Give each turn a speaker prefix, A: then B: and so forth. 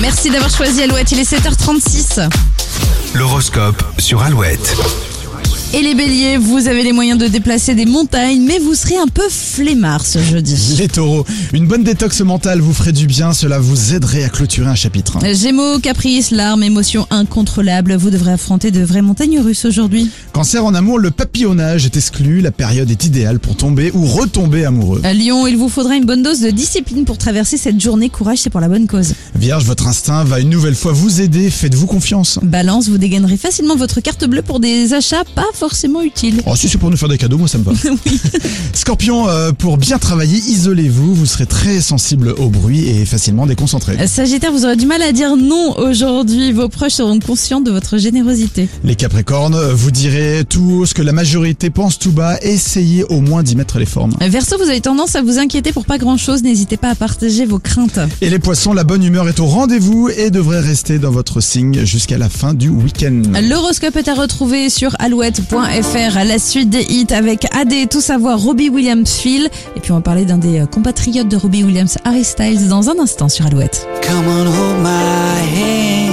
A: Merci d'avoir choisi Alouette, il est 7h36.
B: L'horoscope sur Alouette.
A: Et les béliers, vous avez les moyens de déplacer des montagnes, mais vous serez un peu flemmard ce jeudi.
C: Les taureaux, une bonne détox mentale vous ferait du bien, cela vous aiderait à clôturer un chapitre.
A: Gémeaux, caprice, larmes, émotions incontrôlables, vous devrez affronter de vraies montagnes russes aujourd'hui.
C: Cancer en amour, le papillonnage est exclu, la période est idéale pour tomber ou retomber amoureux.
A: À Lyon, Euh, il vous faudra une bonne dose de discipline pour traverser cette journée, courage, c'est pour la bonne cause.
C: Vierge, votre instinct va une nouvelle fois vous aider, faites-vous confiance.
A: Balance, vous dégainerez facilement votre carte bleue pour des achats pas forcément utiles.
C: Oh si c'est pour nous faire des cadeaux, moi ça me va. Scorpion, euh, pour bien travailler, isolez-vous, vous serez très sensible au bruit et facilement déconcentré.
A: Euh, Sagittaire, vous aurez du mal à dire non aujourd'hui, vos proches seront conscients de votre générosité.
C: Les capricornes, vous direz tout haut ce que la majorité pense tout bas, essayez au moins d'y mettre les formes.
A: Verseau, vous avez tendance à vous inquiéter pour pas grand chose, n'hésitez pas à partager vos craintes.
C: Et les poissons, la bonne humeur est au rendez-vous et devrait rester dans votre signe jusqu'à la fin du week-end.
A: L'horoscope est à retrouver sur alouette.fr à la suite des hits avec AD, tout savoir, Robbie Williams, Phil. Et puis on va parler d'un des euh, compatriotes de Robbie Williams, Harry Styles, dans un instant sur Alouette.
D: Come on, hold my hand.